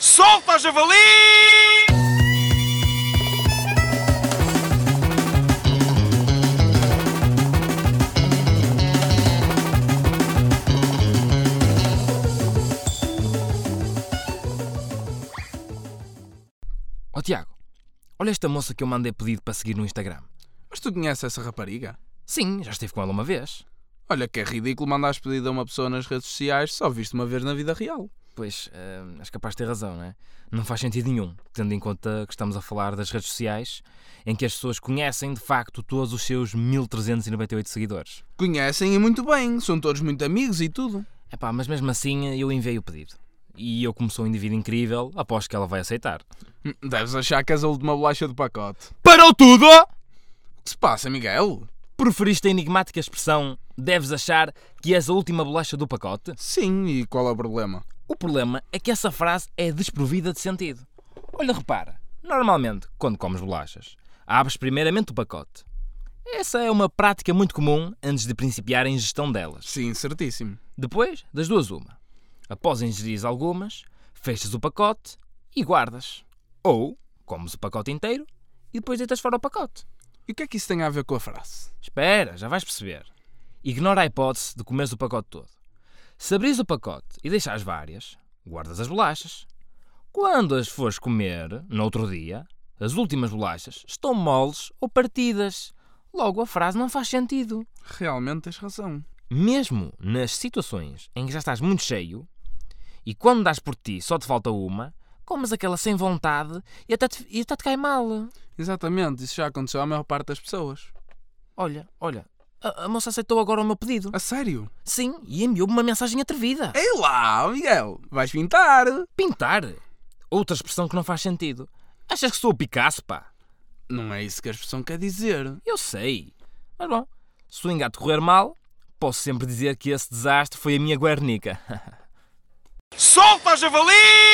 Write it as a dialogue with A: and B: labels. A: Solta, javali!
B: Ó Tiago, olha esta moça que eu mandei pedido para seguir no Instagram.
C: Mas tu conheces essa rapariga?
B: Sim, já estive com ela uma vez.
C: Olha que é ridículo mandares pedido a uma pessoa nas redes sociais só viste uma vez na vida real.
B: Pois, hum, és capaz de ter razão, não é? Não faz sentido nenhum, tendo em conta que estamos a falar das redes sociais em que as pessoas conhecem de facto todos os seus 1398 seguidores.
C: Conhecem e muito bem, são todos muito amigos e tudo.
B: Epá, mas mesmo assim eu enviei o pedido. E eu, como sou um indivíduo incrível, aposto que ela vai aceitar.
C: Hum, Deves achar que és a última bolacha do pacote.
B: Parou tudo!
C: O que se passa, Miguel?
B: Preferiste a enigmática expressão deves achar que és a última bolacha do pacote?
C: Sim, e qual é o problema?
B: O problema é que essa frase é desprovida de sentido. Olha, repara, normalmente, quando comes bolachas, abres primeiramente o pacote. Essa é uma prática muito comum antes de principiar a ingestão delas.
C: Sim, certíssimo.
B: Depois, das duas, uma. Após ingerir algumas, fechas o pacote e guardas. Ou comes o pacote inteiro e depois deitas fora o pacote.
C: E o que é que isso tem a ver com a frase?
B: Espera, já vais perceber. Ignora a hipótese de comeres o pacote todo. Se abris o pacote e deixares várias, guardas as bolachas. Quando as fores comer, no outro dia, as últimas bolachas estão moles ou partidas. Logo, a frase não faz sentido.
C: Realmente tens razão.
B: Mesmo nas situações em que já estás muito cheio e quando dás por ti só te falta uma, comes aquela sem vontade e até te, e até te cai mal.
C: Exatamente, isso já aconteceu à maior parte das pessoas.
B: Olha, olha, a, a moça aceitou agora o meu pedido.
C: A sério?
B: Sim, e enviou-me uma mensagem atrevida.
C: Ei lá, Miguel, vais pintar?
B: É Pintar? Outra expressão que não faz sentido. Achas que sou o Picasso, pá?
C: Não é isso que a expressão quer dizer.
B: Eu sei. Mas bom, se o engate correr mal, posso sempre dizer que esse desastre foi a minha guernica.
A: Solta, javali!